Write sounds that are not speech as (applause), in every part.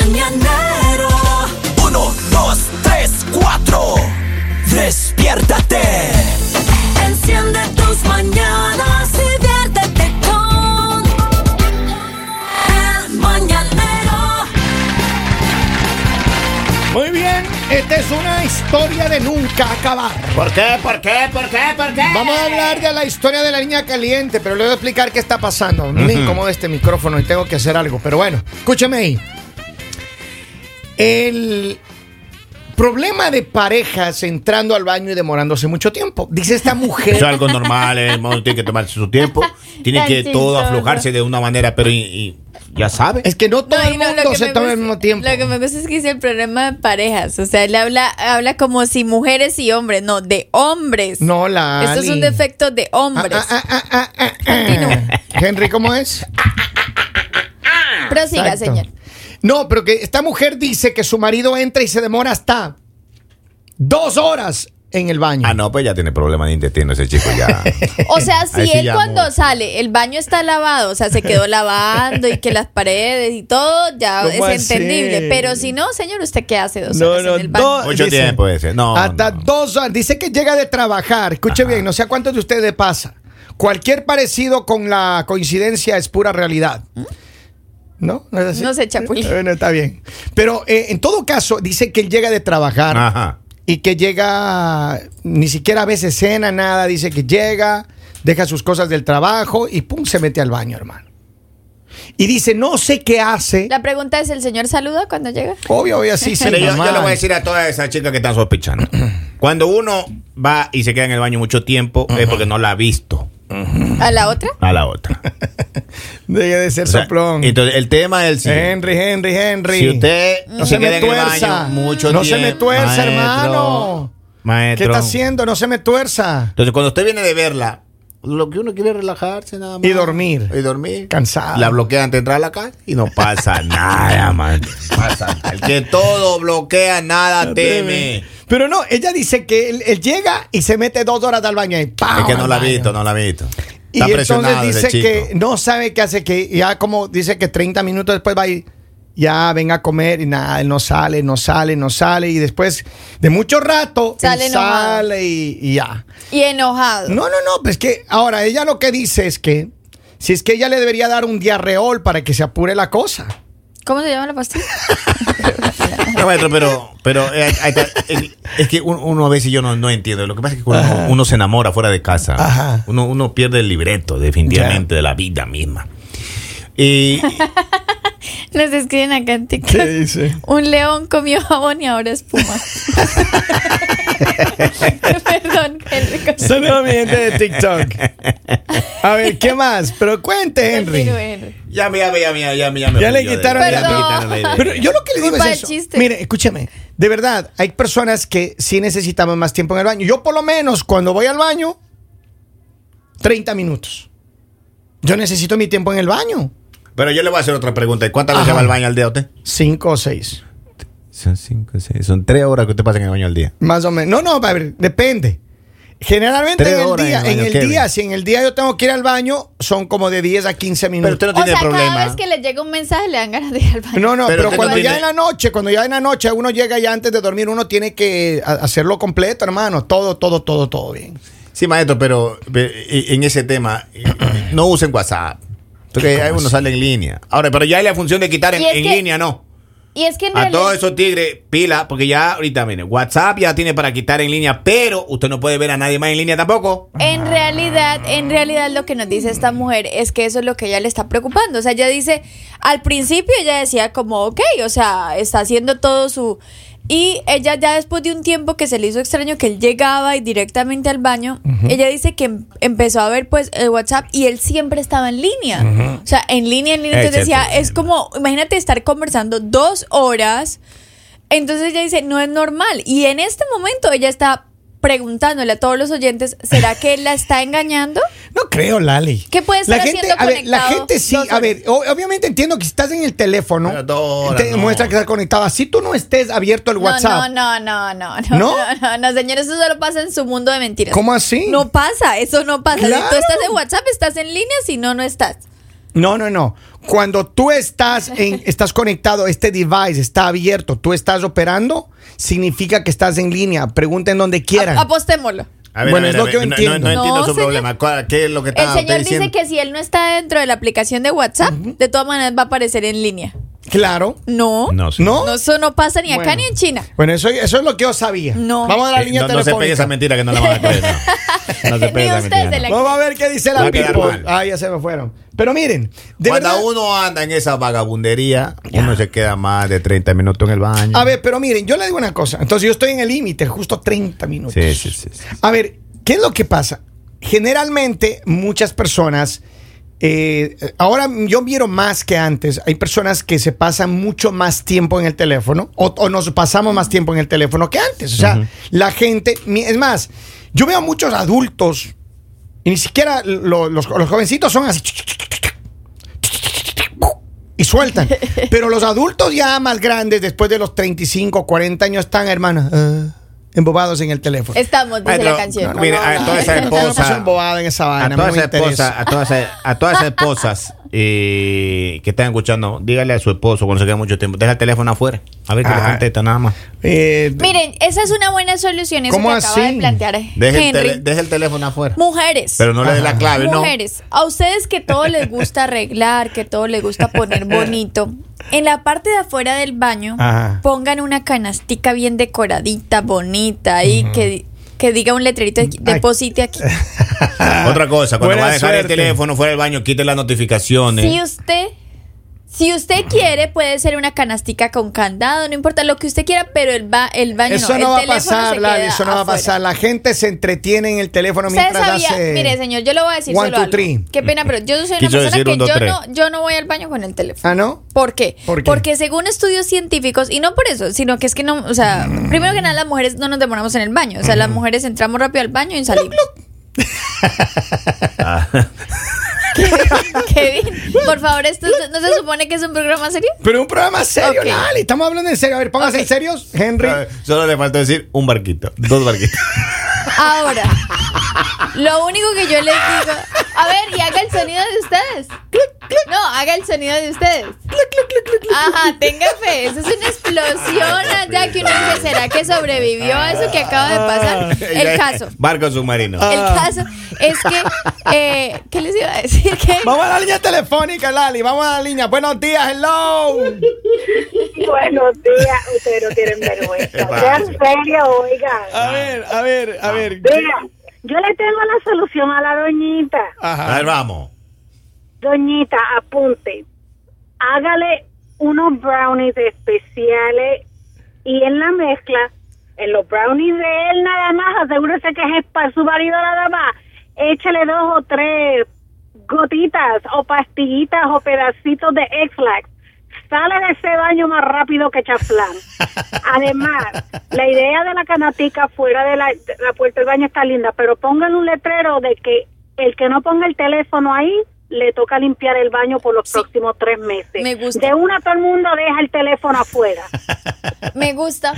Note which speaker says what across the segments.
Speaker 1: mañanero. Uno, dos, tres, cuatro. Despiértate. Enciende tus mañanas y viértete con el mañanero.
Speaker 2: Muy bien, esta es una historia de nunca acabar.
Speaker 3: ¿Por qué? ¿Por qué? ¿Por qué? ¿Por qué?
Speaker 2: Vamos a hablar de la historia de la niña caliente, pero le voy a explicar qué está pasando. Me incomoda este micrófono y tengo que hacer algo, pero bueno, escúchame ahí. El problema de parejas entrando al baño y demorándose mucho tiempo. Dice esta
Speaker 3: Es
Speaker 2: mujer.
Speaker 3: algo normal, eh, el mono tiene que tomarse su tiempo, tiene
Speaker 4: Tan
Speaker 3: que todo
Speaker 4: chistoso.
Speaker 3: aflojarse de una manera, pero y, y ya sabe.
Speaker 2: Es que no todo
Speaker 4: No,
Speaker 2: el
Speaker 4: y no,
Speaker 2: mundo
Speaker 4: lo que
Speaker 2: se
Speaker 4: me
Speaker 2: toma al
Speaker 4: gusta-
Speaker 2: mismo tiempo.
Speaker 4: Lo que me gusta es que dice el problema de parejas. O sea, él habla, habla como si mujeres y hombres, no, de hombres.
Speaker 2: No, la.
Speaker 4: Esto es un
Speaker 2: Ali.
Speaker 4: defecto de hombres.
Speaker 2: Ah, ah, ah, ah, ah, ah. (laughs) Henry, ¿cómo es?
Speaker 4: Prosiga,
Speaker 2: ah, Exacto.
Speaker 4: señor.
Speaker 2: No, pero que esta mujer dice que su marido entra y se demora hasta dos horas en el baño.
Speaker 3: Ah, no, pues ya tiene problemas de intestino ese chico
Speaker 2: (laughs)
Speaker 3: ya.
Speaker 4: O sea, si
Speaker 3: Ahí sí
Speaker 4: él
Speaker 3: ya,
Speaker 4: cuando
Speaker 3: amor.
Speaker 4: sale, el baño está lavado, o sea, se quedó lavando y que las paredes y todo, ya
Speaker 2: ¿Cómo
Speaker 4: es
Speaker 2: así?
Speaker 4: entendible. Pero si no, señor, ¿usted qué hace dos
Speaker 2: No,
Speaker 4: horas
Speaker 2: no,
Speaker 4: en el baño?
Speaker 2: dos-
Speaker 3: Mucho
Speaker 2: Dice-
Speaker 3: tiempo ese. No.
Speaker 2: hasta
Speaker 3: no.
Speaker 2: dos horas. Dice que llega de trabajar. Escuche bien, no sé a cuántos de ustedes pasa. Cualquier parecido con la coincidencia es pura realidad. ¿No? ¿No es así?
Speaker 4: ¿Mm? No sé, Chapulín.
Speaker 2: Bueno, está bien. Pero eh, en todo caso, dice que él llega de trabajar.
Speaker 3: Ajá.
Speaker 2: y que llega, ni siquiera a veces cena, nada, dice que llega, deja sus cosas del trabajo y pum, se mete al baño, hermano. Y dice, no sé qué hace.
Speaker 4: La pregunta es, ¿el señor saluda cuando llega?
Speaker 2: Obvio, obvio, así se
Speaker 3: Mire, yo, yo le voy a decir a todas esas chicas que están sospechando. Cuando uno va y se queda en el baño mucho tiempo, es porque no la ha visto
Speaker 4: ¿A la otra?
Speaker 3: a la
Speaker 2: (laughs)
Speaker 3: otra.
Speaker 2: Deje de ser
Speaker 3: O sea,
Speaker 2: soplón.
Speaker 3: entonces, el tema es el siguiente.
Speaker 2: Henry, Henry, Henry.
Speaker 3: Si usted
Speaker 2: No
Speaker 3: se,
Speaker 2: se me
Speaker 3: queda en el
Speaker 2: tuerza.
Speaker 3: baño mucho
Speaker 2: No se
Speaker 3: tiempo.
Speaker 2: me tuerza,
Speaker 3: Maestro,
Speaker 2: hermano. ¿Qué
Speaker 3: Maestro.
Speaker 2: está haciendo? No se me tuerza.
Speaker 3: Entonces, cuando usted viene de verla, lo que uno quiere es relajarse nada más.
Speaker 2: Y dormir.
Speaker 3: Y dormir.
Speaker 2: Cansado.
Speaker 3: La bloquea antes de entrar a la casa y no
Speaker 2: (laughs)
Speaker 3: pasa nada, man. Pasa nada. El que todo bloquea, nada teme.
Speaker 2: Pero no, ella dice que él, él llega y se mete dos horas al baño y ¡pam!
Speaker 3: Es que no la ha
Speaker 2: al baño.
Speaker 3: visto, no la ha visto.
Speaker 2: Ah, Y
Speaker 3: Está
Speaker 2: entonces
Speaker 3: presionado
Speaker 2: dice
Speaker 3: ese chico.
Speaker 2: que no sabe qué hace, que ya como dice que 30 minutos después va a ir, ya venga a comer y nada, él no sale, no sale, no sale. Y después de mucho rato, él
Speaker 4: Sale enojado.
Speaker 2: sale y, y ya.
Speaker 4: Y enojado.
Speaker 2: No, no, no, pues que ahora ella lo que dice es que, si es que ella le debería dar un diarreol para que se apure la cosa.
Speaker 4: ¿Cómo se llama
Speaker 2: (laughs)
Speaker 4: la pastilla?
Speaker 3: (laughs) No, maestro, pero, pero eh, ahí está. es, es que un- uno a veces yo no, no entiendo. Lo que pasa es que cuando uno, uno se enamora fuera de casa,
Speaker 2: Ajá.
Speaker 3: uno, uno pierde el libreto, definitivamente, de la vida misma. Y,
Speaker 4: Nos escriben acá en TikTok.
Speaker 2: dice?
Speaker 4: Un león comió jabón y
Speaker 3: (laughs)
Speaker 4: ahora espuma. Perdón, Henry.
Speaker 2: Saludos a mi gente de TikTok. A ver, ¿qué más? Pero cuente, Henry.
Speaker 4: Continúe, Henry.
Speaker 3: Ya, me- ya, me- ya, me- ya, me- ya, me
Speaker 2: Ya le
Speaker 3: fui yo de-
Speaker 2: quitaron
Speaker 3: ya
Speaker 4: la-
Speaker 3: me quitaron la idea.
Speaker 2: Pero yo lo que le digo
Speaker 4: Culpa
Speaker 2: es
Speaker 4: del
Speaker 2: eso.
Speaker 4: chiste.
Speaker 2: Mire, escúchame. De verdad, hay personas que sí necesitamos más tiempo en el baño. Yo por lo menos cuando voy al baño, 30 minutos. Yo necesito mi tiempo en el baño.
Speaker 3: Pero yo le voy a hacer otra pregunta. ¿Y ¿Cuántas veces
Speaker 2: Ajá.
Speaker 3: va al baño al día usted?
Speaker 2: Cinco o seis.
Speaker 3: Son cinco, seis. Son tres horas que usted pasa en el baño al día.
Speaker 2: Más o menos. No, no, a ver, depende. Generalmente
Speaker 3: Tres
Speaker 2: en el
Speaker 3: horas
Speaker 2: día,
Speaker 3: en el
Speaker 2: en
Speaker 3: baño,
Speaker 2: el
Speaker 3: Kevin.
Speaker 2: día, si en el día yo tengo que ir al baño, son como de 10 a 15
Speaker 3: Pero
Speaker 2: minutos.
Speaker 3: usted no
Speaker 4: O
Speaker 3: tiene
Speaker 4: sea,
Speaker 3: problema.
Speaker 4: cada vez que le llega un mensaje le dan ganas de ir al baño.
Speaker 2: No, no,
Speaker 3: Pero
Speaker 2: pero,
Speaker 3: usted no
Speaker 2: cuando
Speaker 3: tiene-
Speaker 2: ya en la noche, cuando ya en la noche uno llega ya antes de dormir, uno tiene que ha- hacerlo completo, hermano. Todo, todo, todo, todo bien.
Speaker 3: Sí, maestro, pero eh, en ese tema, (clears throat) eh, no usen WhatsApp. Porque hay uno sale en línea. Ahora, pero ya hay la función de quitar en,
Speaker 4: Y es
Speaker 3: en
Speaker 4: que-
Speaker 3: línea, no.
Speaker 4: Y es que en
Speaker 3: A
Speaker 4: realidad...
Speaker 3: todos esos tigres, pila, porque ya ahorita, miren, WhatsApp ya tiene para quitar en línea, pero usted no puede ver a nadie más en línea tampoco.
Speaker 4: En realidad, en realidad lo que nos dice esta mujer es que eso es lo que ella le está preocupando. O sea, ella dice, al principio ella decía como, ok, o sea, está haciendo todo su... Y ella ya después de un tiempo que se le hizo extraño que él llegaba y directamente al baño, ella dice que em- empezó a ver pues el WhatsApp y él siempre estaba en línea. O sea, en línea, en línea. Entonces
Speaker 3: Ese
Speaker 4: decía, es como, imagínate estar conversando dos horas. Entonces ella dice, no es normal. Y en este momento ella está preguntándole a todos los oyentes, ¿será que él la está engañando?
Speaker 2: No creo, Lali.
Speaker 4: ¿Qué puede estar
Speaker 2: la gente,
Speaker 4: haciendo
Speaker 2: a ver, La
Speaker 4: conectado
Speaker 2: gente sí,
Speaker 4: dos horas?
Speaker 2: a ver, o- obviamente entiendo que si estás en el teléfono,
Speaker 3: Pero dos horas,
Speaker 2: te
Speaker 3: no.
Speaker 2: muestra que estás conectado. Así tú no estés abierto el
Speaker 4: No,
Speaker 2: WhatsApp.
Speaker 4: no, no, no, no, no,
Speaker 2: ¿No?
Speaker 4: no, no, no, señor, eso solo pasa en su mundo de mentiras.
Speaker 2: ¿Cómo así?
Speaker 4: No pasa, eso no pasa. Si
Speaker 2: Claro.
Speaker 4: tú estás en WhatsApp, estás en línea, si no, no estás.
Speaker 2: No, no, no. cuando tú estás,
Speaker 4: (laughs)
Speaker 2: en, estás conectado, este device está abierto, tú estás operando, significa que estás en línea. Pregunten donde quieran.
Speaker 4: A- apostémoslo.
Speaker 3: A ver,
Speaker 2: Bueno,
Speaker 3: a ver,
Speaker 2: es lo
Speaker 3: a ver,
Speaker 2: que yo
Speaker 3: no-
Speaker 2: entiendo.
Speaker 3: No, no entiendo
Speaker 4: No,
Speaker 3: su
Speaker 4: señor.
Speaker 3: problema. ¿Cuál- ¿Qué es lo que está
Speaker 2: Ah,
Speaker 4: El señor
Speaker 3: usted
Speaker 4: dice
Speaker 3: diciendo?
Speaker 4: que si él no está dentro de la aplicación de WhatsApp, de todas maneras va a aparecer en línea.
Speaker 2: claro.
Speaker 4: No.
Speaker 3: No,
Speaker 4: No,
Speaker 3: señor.
Speaker 2: ¿No?
Speaker 4: eso no pasa ni acá
Speaker 2: Bueno.
Speaker 4: ni en China.
Speaker 2: Bueno, eso, eso es lo que yo sabía.
Speaker 4: No.
Speaker 2: Vamos a la
Speaker 3: Eh,
Speaker 2: línea
Speaker 3: no, no se pegue esa
Speaker 2: telefónica.
Speaker 3: mentira que no la van a creer. No, No se pegue
Speaker 4: (laughs) Ni
Speaker 3: esa
Speaker 4: ustedes
Speaker 3: mentira.
Speaker 4: se la-
Speaker 3: no.
Speaker 2: Vamos a ver qué dice
Speaker 3: Va
Speaker 2: la
Speaker 3: a quedar
Speaker 2: people.
Speaker 3: mal.
Speaker 2: Ah, ya se me fueron. Pero miren, de
Speaker 3: Cuando
Speaker 2: verdad.
Speaker 3: uno anda en esa vagabundería, uno se queda más de 30 minutos en el baño.
Speaker 2: A ver, pero miren, yo le digo una cosa. Entonces yo estoy en el límite, justo 30 minutos.
Speaker 3: Sí, sí, sí, sí.
Speaker 2: A ver, ¿qué es lo que pasa? Generalmente muchas personas, eh, ahora yo miro más que antes, hay personas que se pasan mucho más tiempo en el teléfono o, o nos pasamos más tiempo en el teléfono que antes. O sea, la gente, mi- es más, yo veo muchos adultos y ni siquiera lo- los, los jovencitos son así. Y
Speaker 4: (laughs)
Speaker 2: sueltan. Pero los adultos ya más grandes, después de los 35, 40 años, están, hermano, ah, embobados en el teléfono.
Speaker 4: Estamos, dice
Speaker 3: Maestro,
Speaker 4: la canción.
Speaker 3: no, mire, a Ah, toda esa
Speaker 2: Yo no
Speaker 3: esposa-
Speaker 2: soy embobada en esa
Speaker 3: A
Speaker 2: vaina,
Speaker 3: todas
Speaker 2: no me
Speaker 3: esas esposas,
Speaker 2: interesa.
Speaker 3: a todas esas- a todas esas esposas eh, que están escuchando, dígale a su esposo cuando se queda mucho tiempo, deja el teléfono afuera. A ver que le
Speaker 2: Ajá.
Speaker 3: contesta nada más.
Speaker 2: Eh, (laughs)
Speaker 4: Miren, esa es una buena solución, eso
Speaker 2: ¿Cómo
Speaker 4: que acaba
Speaker 2: así?
Speaker 4: de plantear
Speaker 3: Deja el,
Speaker 4: Henry.
Speaker 3: tele- deja el teléfono afuera.
Speaker 4: Mujeres.
Speaker 3: Pero no le dé la
Speaker 2: Ajá.
Speaker 3: clave, no.
Speaker 4: Mujeres, a ustedes que todo les gusta arreglar, que todo les gusta
Speaker 2: (laughs)
Speaker 4: poner bonito, en la parte de afuera del baño
Speaker 2: Ajá.
Speaker 4: pongan una canastica bien decoradita, bonita y que, que diga un letrerito, aquí,
Speaker 2: Ay. (laughs)
Speaker 4: deposite aquí.
Speaker 3: Otra cosa, cuando
Speaker 2: Buena
Speaker 3: va a dejar
Speaker 2: suerte.
Speaker 3: el teléfono fuera del baño, quite las notificaciones.
Speaker 4: Si usted, si usted quiere, puede ser una canastica con candado, no importa lo que usted quiera, pero el, ba el baño
Speaker 2: eso
Speaker 4: el
Speaker 2: no va a
Speaker 4: teléfono se
Speaker 2: pasar, Lali,
Speaker 4: queda
Speaker 2: eso no va a
Speaker 4: afuera.
Speaker 2: pasar. La gente se entretiene en el teléfono
Speaker 4: Usted
Speaker 2: mientras
Speaker 4: sabía,
Speaker 2: hace...
Speaker 4: mire señor, yo le voy a decir
Speaker 2: one,
Speaker 4: solo
Speaker 2: two,
Speaker 4: algo.
Speaker 2: three.
Speaker 4: Qué pena, pero yo soy una
Speaker 3: Quiso
Speaker 4: persona
Speaker 3: decir
Speaker 4: que
Speaker 3: un, dos,
Speaker 4: yo
Speaker 3: tres.
Speaker 4: no, yo no voy al baño con el teléfono.
Speaker 2: ¿Ah, no?
Speaker 4: ¿Por qué?
Speaker 2: ¿Por qué?
Speaker 4: Porque según estudios científicos, y no por eso, sino que es que no, o sea, primero que nada las mujeres no nos demoramos en el baño, o sea, las mujeres entramos rápido al baño y salimos.
Speaker 3: Ah.
Speaker 4: (laughs) Kevin, por favor, esto es- no se supone que es un programa serio.
Speaker 2: Pero un programa serio,
Speaker 4: Ok.
Speaker 2: Lali, estamos hablando en serio. A ver, pónganse en serios, Henry.
Speaker 3: A ver, (laughs) Solo le faltó decir un barquito, dos barquitos.
Speaker 4: Ahora, lo único que yo les digo, a ver, y haga el sonido de ustedes. No, haga el sonido de ustedes. Ajá, tenga fe, eso es una explosión allá que uno dice, ¿será que sobrevivió a eso que acaba de
Speaker 3: (laughs) Ah,
Speaker 4: pasar? El caso.
Speaker 3: Barco submarino.
Speaker 4: El caso es que, eh, ¿qué les iba a decir? Que
Speaker 2: Vamos a la línea telefónica, Lali, vamos a la línea. Buenos días, hello.
Speaker 5: Buenos días, ustedes no tienen vergüenza. Sean serios, oigan.
Speaker 2: A ver, a ver, a ver.
Speaker 5: Mira, yo le tengo la solución a la doñita.
Speaker 3: A
Speaker 2: Ajá.
Speaker 3: ver, vamos.
Speaker 5: Doñita, apunte. Hágale unos brownies especiales y en la mezcla, en los brownies de él nada más, asegúrese que es para su marido nada más. Échale dos o tres gotitas o pastillitas o pedacitos de X-Lax. Sale de ese baño más rápido
Speaker 4: (laughs)
Speaker 5: que chaflán. Además, la idea de la canatica fuera de la, de la puerta del baño está linda, pero pongan un letrero de que el que no ponga el teléfono ahí le toca limpiar el baño por los
Speaker 4: Sí.
Speaker 5: próximos tres meses.
Speaker 4: Me gusta.
Speaker 5: De una todo el mundo deja el teléfono afuera.
Speaker 4: me gusta.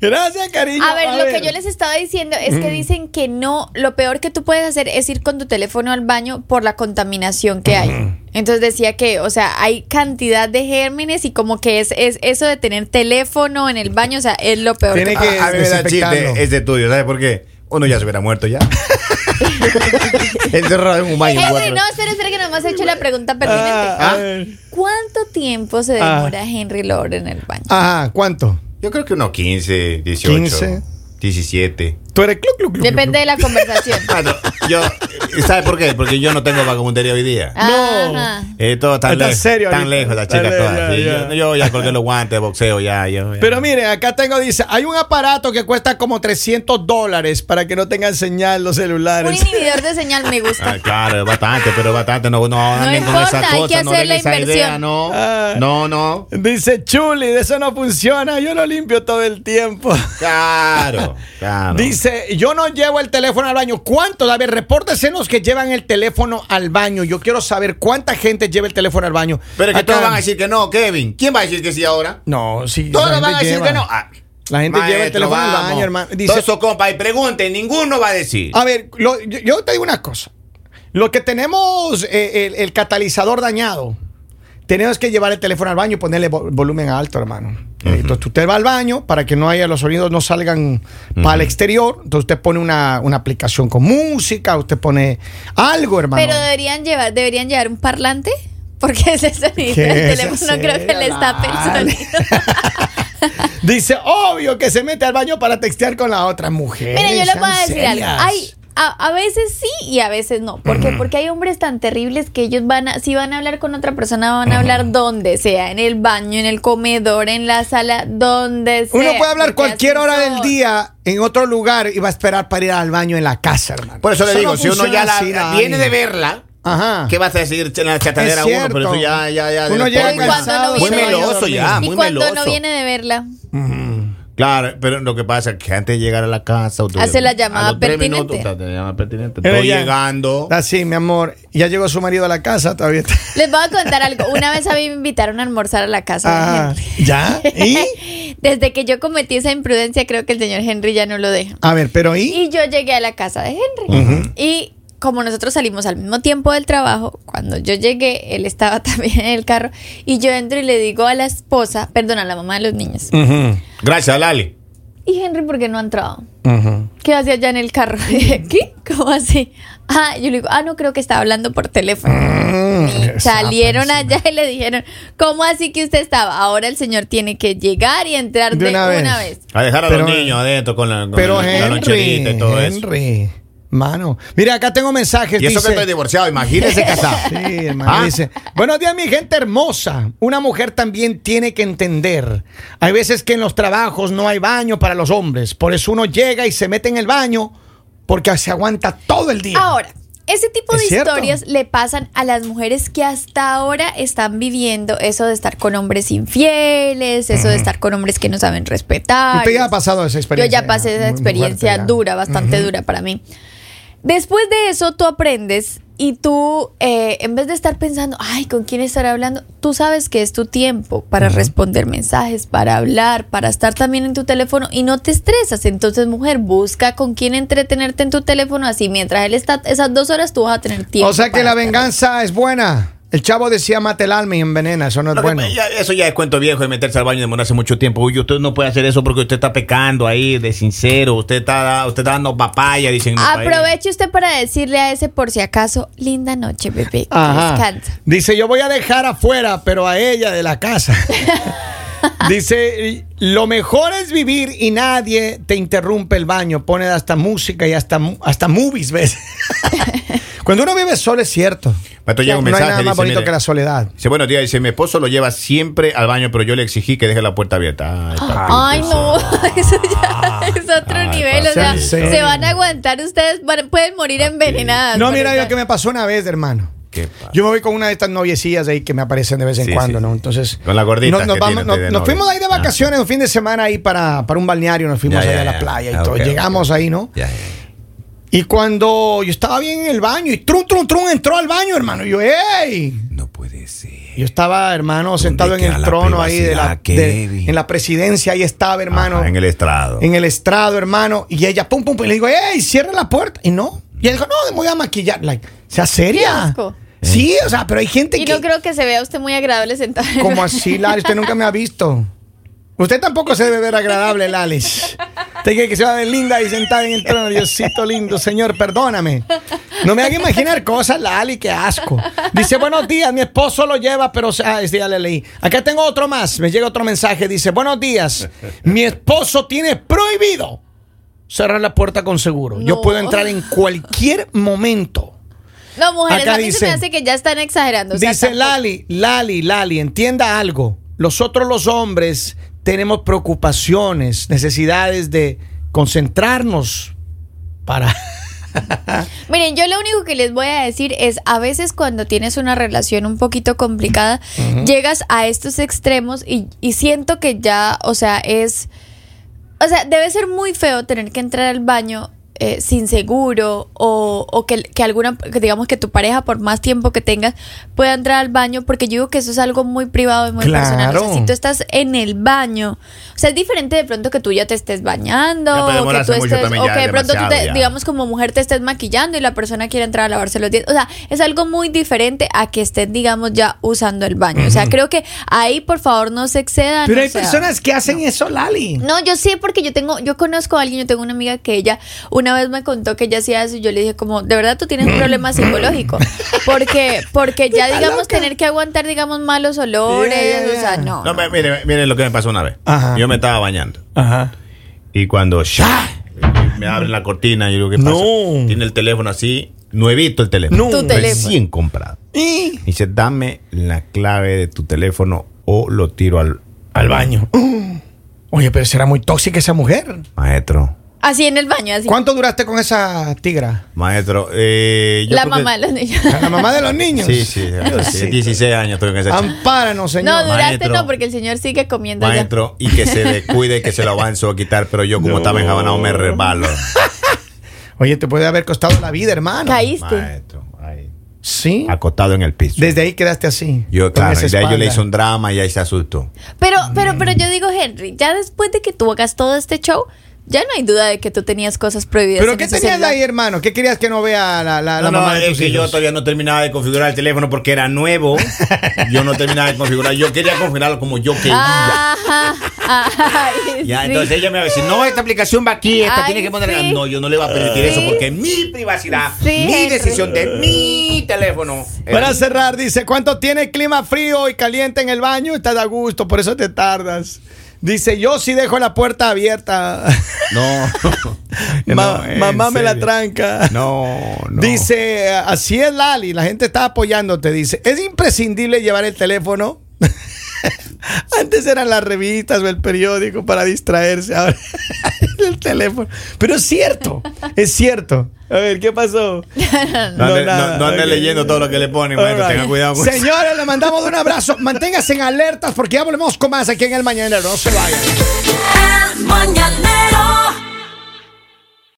Speaker 2: Gracias, cariño.
Speaker 4: A ver, lo que yo les estaba diciendo es
Speaker 2: Mm.
Speaker 4: que dicen que no, lo peor que tú puedes hacer es ir con tu teléfono al baño por la contaminación que hay.
Speaker 2: Mm.
Speaker 4: Entonces decía que, o sea, hay cantidad de gérmenes y como que es, es eso de tener teléfono en el baño, o sea, es lo peor.
Speaker 2: Tiene
Speaker 4: que-
Speaker 2: que
Speaker 3: Ah, a, a mí me da
Speaker 2: desinfectarlo.
Speaker 3: chiste este estudio, ¿sabes por qué? Uno ya se hubiera muerto
Speaker 2: (laughs)
Speaker 3: ya. Encerrado en un baño.
Speaker 4: Henry,
Speaker 3: cuatro-
Speaker 4: no, espera, espera que nomás he hecho la pregunta pertinente.
Speaker 2: Ah, a ver.
Speaker 4: ¿Cuánto tiempo se
Speaker 2: Ah.
Speaker 4: demora Henry Lord en el baño?
Speaker 2: Ajá, ¿cuánto?
Speaker 3: Yo creo que unos 15, 18,
Speaker 2: 15.
Speaker 3: 17.
Speaker 2: Tú eres cluc, cluc, cluc,
Speaker 4: Depende de la conversación.
Speaker 3: Bueno, Ah, yo, ¿sabes por qué? Porque yo no tengo vagabundería hoy día.
Speaker 2: (laughs) No.
Speaker 4: Ajá.
Speaker 3: Eh, todo tan,
Speaker 2: Está
Speaker 3: lejos,
Speaker 2: serio
Speaker 3: tan
Speaker 2: ahorita.
Speaker 3: lejos las
Speaker 2: Está
Speaker 3: chicas
Speaker 2: lejos,
Speaker 3: todas.
Speaker 2: ya,
Speaker 3: sí.
Speaker 2: ya.
Speaker 3: Yo, yo ya colgué los guantes, boxeo, ya, yo- ya.
Speaker 2: Pero mire, acá tengo, dice, hay un aparato que cuesta como 300 dólares para que no tengan señal los
Speaker 4: Un
Speaker 2: celulares.
Speaker 4: inhibidor de señal me gusta.
Speaker 3: Ah, claro, es bastante, pero es bastante. No, no, anden con
Speaker 4: importa,
Speaker 3: esa
Speaker 4: hay
Speaker 3: cosa,
Speaker 4: que
Speaker 3: no
Speaker 4: hacer
Speaker 3: den
Speaker 4: la
Speaker 3: esa
Speaker 4: inversión.
Speaker 3: idea, no.
Speaker 2: Ah.
Speaker 3: No, no.
Speaker 2: Dice Chuli, de eso no funciona, yo lo limpio todo el tiempo.
Speaker 3: Ah, Claro, claro.
Speaker 2: Dice, yo no llevo el teléfono al baño. ¿Cuántos? A ver, repórtense los que llevan el teléfono al baño. Yo quiero saber cuánta gente lleva el teléfono al baño.
Speaker 3: pero es que
Speaker 2: Acá-
Speaker 3: todos van a decir que no, Kevin. ¿Quién va a decir que sí ahora?
Speaker 2: No, sí. la
Speaker 3: Todos van
Speaker 2: gente
Speaker 3: a decir
Speaker 2: lleva.
Speaker 3: que no. Ah,
Speaker 2: La gente lleva el
Speaker 3: maestro,
Speaker 2: teléfono al
Speaker 3: vamos.
Speaker 2: baño, hermano. Dice- Ah,
Speaker 3: Todos esos compas, y pregunten, ninguno va a decir.
Speaker 2: A ver, lo- yo, yo te digo una cosa. Lo que tenemos eh, el, el catalizador dañado, Tenemos que llevar el teléfono al baño y ponerle vo- volumen alto, hermano. Eh, Entonces usted va al baño para que no haya los sonidos no salgan para el exterior. Entonces usted pone una, una aplicación con música, usted pone algo, hermano.
Speaker 4: Pero deberían llevar, deberían llevar un parlante, porque ese (laughs) sonido
Speaker 2: ¿Qué
Speaker 4: del
Speaker 2: es
Speaker 4: teléfono
Speaker 2: ese,
Speaker 4: creo que le tape
Speaker 2: Alan? (laughs)
Speaker 4: el sonido.
Speaker 2: Dice, obvio que se mete al baño para textear con la otra mujer.
Speaker 4: Mira, yo les voy a
Speaker 2: sean
Speaker 4: decir
Speaker 2: serias.
Speaker 4: algo. Hay, a, a veces sí y a veces no. ¿Por qué? Porque hay hombres tan terribles que ellos van a, si van a hablar con otra persona, van a hablar donde sea, en el baño, en el comedor, en la sala, donde sea.
Speaker 2: Uno puede hablar
Speaker 4: porque
Speaker 2: cualquier hora
Speaker 4: ascensor.
Speaker 2: del día en otro lugar y va a esperar para ir al baño en la casa, hermano.
Speaker 3: Por eso le
Speaker 2: no
Speaker 3: digo, si uno
Speaker 2: funciona
Speaker 3: ya la,
Speaker 2: así, Dani.
Speaker 3: viene de verla,
Speaker 2: Ajá.
Speaker 3: ¿qué vas a decir en la
Speaker 2: Es
Speaker 3: chatadera a uno?
Speaker 2: cierto.
Speaker 3: Pero eso ya, ya, ya.
Speaker 2: Uno
Speaker 3: después-
Speaker 2: llega
Speaker 4: Pero ¿y cuando
Speaker 2: cansado. se
Speaker 4: no
Speaker 2: va
Speaker 4: viene?
Speaker 2: a dormir.
Speaker 3: Muy meloso ya,
Speaker 4: Y
Speaker 3: muy
Speaker 4: cuando no
Speaker 3: meloso.
Speaker 4: viene de verla,
Speaker 3: Claro, pero lo que pasa es que antes de llegar a la casa, tú-
Speaker 4: Hace la llamada
Speaker 3: a los tres
Speaker 4: pertinente.
Speaker 3: minutos, o sea, la llamada pertinente.
Speaker 2: Pero
Speaker 3: Estoy
Speaker 2: ya-
Speaker 3: llegando.
Speaker 2: Ah, sí, mi amor. Ya llegó su marido a la casa, todavía (laughs) está.
Speaker 4: les voy a contar algo. Una vez a mí me invitaron a almorzar a la casa. de
Speaker 2: Ah,
Speaker 4: Henry.
Speaker 2: ¿Ya? ¿Y?
Speaker 4: Desde que yo cometí esa imprudencia, creo que el señor Henry ya no lo deja.
Speaker 2: A ver, pero ¿y?
Speaker 4: Y yo llegué a la casa de Henry. Y como nosotros salimos al mismo tiempo del trabajo, cuando yo llegué, él estaba (laughs) también en el carro. Y yo entro y le digo a la esposa, perdón, a la mamá de los niños.
Speaker 3: Gracias, Lali.
Speaker 4: ¿Y Henry por qué no ha entrado? ¿Qué hacía allá en el carro? (laughs) ¿Qué? ¿Cómo así? Ah, yo le digo, ah, no creo que estaba hablando por teléfono. Y salieron allá y le dijeron, ¿cómo así que usted estaba? Ahora el señor tiene que llegar y entrar de, una, vez.
Speaker 3: A dejar a
Speaker 2: Pero- eh,
Speaker 3: los niños adentro con la, con la-
Speaker 2: Pero
Speaker 3: la
Speaker 2: Henry,
Speaker 3: loncherita y todo eso.
Speaker 2: Henry. Mano. Mira, acá tengo mensajes.
Speaker 3: Y eso que
Speaker 2: dice-
Speaker 3: estoy divorciado,
Speaker 2: (laughs)
Speaker 3: imagínese casado.
Speaker 2: Sí, hermano,
Speaker 3: Ah.
Speaker 2: dice, buenos días mi gente hermosa. Una mujer también tiene que entender. Hay veces que en los trabajos no hay baño para los hombres. Por eso uno llega y se mete en el baño porque se aguanta todo el día.
Speaker 4: Ahora, ese tipo
Speaker 2: ¿Es
Speaker 4: de
Speaker 2: cierto?
Speaker 4: historias le pasan a las mujeres que hasta ahora están viviendo eso de estar con hombres infieles, eso de estar con hombres que no saben respetar.
Speaker 2: Usted ya ha pasado esa
Speaker 4: Yo
Speaker 2: experiencia.
Speaker 4: ya pasé esa
Speaker 2: muy- muy
Speaker 4: experiencia
Speaker 2: fuerte ya.
Speaker 4: dura, bastante dura para mí. Después de eso, tú aprendes y tú, eh, en vez de estar pensando, ay, ¿con quién estaré hablando? Tú sabes que es tu tiempo para responder mensajes, para hablar, para estar también en tu teléfono y no te estresas. Entonces, mujer, busca con quién entretenerte en tu teléfono así. Mientras él está esas dos horas, tú vas a tener tiempo.
Speaker 2: O sea que
Speaker 4: para
Speaker 2: la
Speaker 4: estar.
Speaker 2: venganza es buena. El chavo decía mate el alma y envenena, eso no es
Speaker 3: Lo que-
Speaker 2: bueno.
Speaker 3: ya- eso ya es cuento viejo de meterse al baño y demorarse mucho tiempo. Uy, usted no puede hacer eso porque usted está pecando ahí, de sincero. Usted está, usted está dando papaya, dicen. en mi país.
Speaker 4: Aproveche usted para decirle a ese, por si acaso, linda noche, bebé.
Speaker 2: Ajá.
Speaker 4: Descansa.
Speaker 2: Dice, yo voy a dejar afuera, pero a ella de la casa. Dice, lo mejor es vivir y nadie te interrumpe el baño. Pone hasta música y hasta, mu- hasta movies, ¿ves? Cuando uno vive solo es cierto.
Speaker 3: Pato, llega un
Speaker 2: no hay
Speaker 3: mensaje,
Speaker 2: nada más
Speaker 3: dice,
Speaker 2: bonito
Speaker 3: mire,
Speaker 2: que la soledad.
Speaker 3: Dice, buenos días, dice, mi esposo lo lleva siempre al baño, pero yo le exigí que deje la puerta abierta. Ay, papito, (laughs)
Speaker 4: Ay, no,
Speaker 3: sí.
Speaker 4: (laughs) eso ya es otro
Speaker 3: ay,
Speaker 4: nivel. O sea,
Speaker 2: pasa, sí.
Speaker 4: se van a aguantar ustedes, van- pueden morir envenenadas.
Speaker 2: No,
Speaker 4: por
Speaker 2: mira
Speaker 4: eso.
Speaker 2: lo que me pasó una vez, hermano.
Speaker 3: Qué pa-
Speaker 2: Yo me voy con una de estas noviecillas ahí que me aparecen de vez en
Speaker 3: Sí,
Speaker 2: cuando,
Speaker 3: sí.
Speaker 2: ¿no? Entonces.
Speaker 3: Con las gorditas
Speaker 2: Nos, nos
Speaker 3: que
Speaker 2: vamos-
Speaker 3: tienen
Speaker 2: nos-
Speaker 3: de
Speaker 2: nos
Speaker 3: novio.
Speaker 2: fuimos ahí de
Speaker 3: Ah.
Speaker 2: vacaciones un fin de semana ahí para, para un balneario, nos fuimos
Speaker 3: Ya,
Speaker 2: ahí
Speaker 3: ya,
Speaker 2: a la
Speaker 3: ya.
Speaker 2: playa y
Speaker 3: Ah,
Speaker 2: todo.
Speaker 3: ok, ok.
Speaker 2: Llegamos ahí, ¿no?
Speaker 3: Ya, eh, ya.
Speaker 2: Y cuando yo estaba bien en el baño y trun, trun, trun entró al baño, hermano. Y yo, ¡ey!
Speaker 3: No puede ser.
Speaker 2: Yo estaba, hermano, sentado en
Speaker 3: queda
Speaker 2: el
Speaker 3: la
Speaker 2: trono ahí de la,
Speaker 3: privacidad, qué
Speaker 2: de-
Speaker 3: débil?
Speaker 2: en la presidencia, ahí estaba, hermano.
Speaker 3: Ajá, Ah, en el estrado.
Speaker 2: en el estrado, hermano. Y ella, pum, pum, pum. Y le digo, ¡ey! Cierra la puerta. Y no. Y él dijo, no, me voy a maquillar. Like, sea
Speaker 4: Qué
Speaker 2: seria.
Speaker 4: asco.
Speaker 2: Sí,
Speaker 3: Eh.
Speaker 2: o sea, pero hay gente
Speaker 4: Y
Speaker 2: que.
Speaker 4: no creo que se vea usted muy agradable sentado. en el
Speaker 2: Como
Speaker 4: baño.
Speaker 2: así, Lali? Usted nunca me ha visto. Usted tampoco se debe ver agradable, Lali. Usted cree que se va a ver linda y sentada en el trono. Diosito lindo, señor, perdóname. No me haga imaginar cosas, Lali, qué asco. Dice, buenos días, mi esposo lo lleva, pero... se- Ah, este ya le leí. Acá tengo otro más. Me llega otro mensaje. Dice, buenos días, mi esposo tiene prohibido cerrar la puerta con seguro. Yo
Speaker 4: No.
Speaker 2: puedo entrar en cualquier momento.
Speaker 4: (laughs) No, mujeres,
Speaker 2: Acá
Speaker 4: a mí se me
Speaker 2: dice-
Speaker 4: hace que ya están exagerando. o sea,
Speaker 2: Dice
Speaker 4: tampoco-
Speaker 2: Lali, Lali, Lali, entienda algo. Nosotros los hombres tenemos preocupaciones, necesidades de concentrarnos
Speaker 4: (laughs)
Speaker 2: para...
Speaker 4: Ah, Miren, yo lo único que les voy a decir es, a veces cuando tienes una relación un poquito complicada, llegas a estos extremos y, y siento que ya, o sea, es... O sea, debe ser muy feo tener que entrar al baño eh, sin seguro o, o que, que alguna, que digamos que tu pareja por más tiempo que tengas pueda entrar al baño, porque yo digo que eso es algo muy privado y muy personal. O sea,
Speaker 2: Claro.
Speaker 4: si tú estás en el baño, o sea, es diferente de pronto que tú ya te estés bañando
Speaker 3: Ya, pero
Speaker 4: o que
Speaker 3: demorarse
Speaker 4: tú
Speaker 3: mucho
Speaker 4: estés,
Speaker 3: también
Speaker 4: o
Speaker 3: ya
Speaker 4: que de
Speaker 3: es
Speaker 4: pronto tú
Speaker 3: demasiado,
Speaker 4: te,
Speaker 3: ya.
Speaker 4: digamos pues, como mujer te estés maquillando y la persona quiere entrar a lavarse los dientes. O sea, es algo muy diferente a que estén, digamos, ya usando el baño. O sea, creo que ahí por favor no se excedan.
Speaker 2: Pero
Speaker 4: o
Speaker 2: hay
Speaker 4: sea,
Speaker 2: personas que hacen eso, Lali.
Speaker 4: no, yo sé porque yo tengo, yo conozco a alguien, yo tengo una amiga que ella una vez me contó que ella hacía eso y yo le dije como, de verdad tú tienes un problema psicológico, porque, porque ya digamos tener que aguantar digamos malos olores,
Speaker 2: Ya, ya, ya.
Speaker 4: o sea, no.
Speaker 3: No, me- mire, mire lo que me pasó una vez.
Speaker 2: Ajá. ¡Ah!
Speaker 3: Yo me estaba bañando.
Speaker 2: Ajá.
Speaker 3: Y cuando ¡sha! me abren la cortina, yo digo, ¿qué pasa?
Speaker 2: No.
Speaker 3: Tiene el teléfono así, nuevito el teléfono.
Speaker 2: No.
Speaker 4: Tu teléfono.
Speaker 3: Recién comprado.
Speaker 2: Y
Speaker 3: Y dice, dame la clave de tu teléfono o lo tiro al,
Speaker 2: al baño. (gasps) Oye, pero será muy tóxica esa mujer.
Speaker 3: maestro.
Speaker 4: Así en el baño, así.
Speaker 2: ¿Cuánto duraste con esa tigra?
Speaker 3: Maestro, eh, yo
Speaker 4: La
Speaker 3: creo que-
Speaker 4: mamá de los niños.
Speaker 2: La mamá de
Speaker 4: (laughs)
Speaker 2: los niños.
Speaker 3: Sí, sí, sí, sí, 16 años tuve que hacer.
Speaker 2: Ampáranos,
Speaker 4: No,
Speaker 2: señor.
Speaker 4: duraste
Speaker 3: Maestro.
Speaker 4: no, porque el señor sigue comiendo ya.
Speaker 3: Maestro, y que se le cuide, que se lo avanzo a quitar, pero yo como estaba enjabanado me resbalo.
Speaker 2: Oye, te puede haber costado la vida, hermano.
Speaker 4: Caíste.
Speaker 3: Maestro, ahí,
Speaker 2: Sí.
Speaker 3: acostado en el piso.
Speaker 2: Desde ahí quedaste así.
Speaker 3: yo,
Speaker 2: con
Speaker 3: claro,
Speaker 2: esa
Speaker 3: y de ahí yo le
Speaker 2: espalda.
Speaker 3: hice un drama y ahí se asustó.
Speaker 4: Pero,
Speaker 2: Mm.
Speaker 4: pero, pero yo digo, Henry, ya después de que tú hagas todo este show, ya no hay duda de que tú tenías cosas prohibidas.
Speaker 2: ¿Pero
Speaker 4: en
Speaker 2: qué
Speaker 4: ese
Speaker 2: tenías
Speaker 4: celular.
Speaker 2: ahí, hermano? ¿Qué querías que no vea la, la, la
Speaker 3: No, no,
Speaker 2: mamá de
Speaker 3: es
Speaker 2: tus
Speaker 3: que yo
Speaker 2: hijos?
Speaker 3: todavía no terminaba de configurar el teléfono porque era nuevo. Yo no terminaba de configurar. Yo quería configurarlo como yo quería.
Speaker 4: (laughs) Ajá, ay,
Speaker 3: Ya,
Speaker 4: Ah, sí.
Speaker 3: entonces ella me va a decir, no, esta aplicación va aquí, esta
Speaker 4: Ay,
Speaker 3: tiene que poner...
Speaker 4: sí.
Speaker 3: No, yo no le voy a permitir
Speaker 4: Sí.
Speaker 3: eso porque es mi privacidad,
Speaker 4: Sí,
Speaker 3: mi
Speaker 4: Henry.
Speaker 3: decisión de mi teléfono.
Speaker 2: Para cerrar, dice, ¿cuánto tiene clima frío y caliente en el baño? Estás a gusto, por eso te tardas. Dice, yo sí dejo la puerta (laughs) abierta.
Speaker 3: No. (laughs)
Speaker 2: Ma-
Speaker 3: No, en
Speaker 2: mamá me la
Speaker 3: serio.
Speaker 2: tranca.
Speaker 3: No, no.
Speaker 2: Dice, así es Lali, la gente está apoyándote, dice, es imprescindible llevar el teléfono. (laughs) Antes eran las revistas o el periódico para distraerse, ahora (laughs) el teléfono. Pero es cierto, es cierto. A ver, ¿qué pasó?
Speaker 3: No ande, no-
Speaker 2: nada,
Speaker 3: no ande
Speaker 2: ok.
Speaker 3: leyendo todo lo que le ponen, maestro.
Speaker 2: All right.
Speaker 3: Tenga cuidado con
Speaker 2: Señores, le mandamos un abrazo. Manténgase en alertas porque ya volvemos con más aquí en el Mañanero. No se vayan.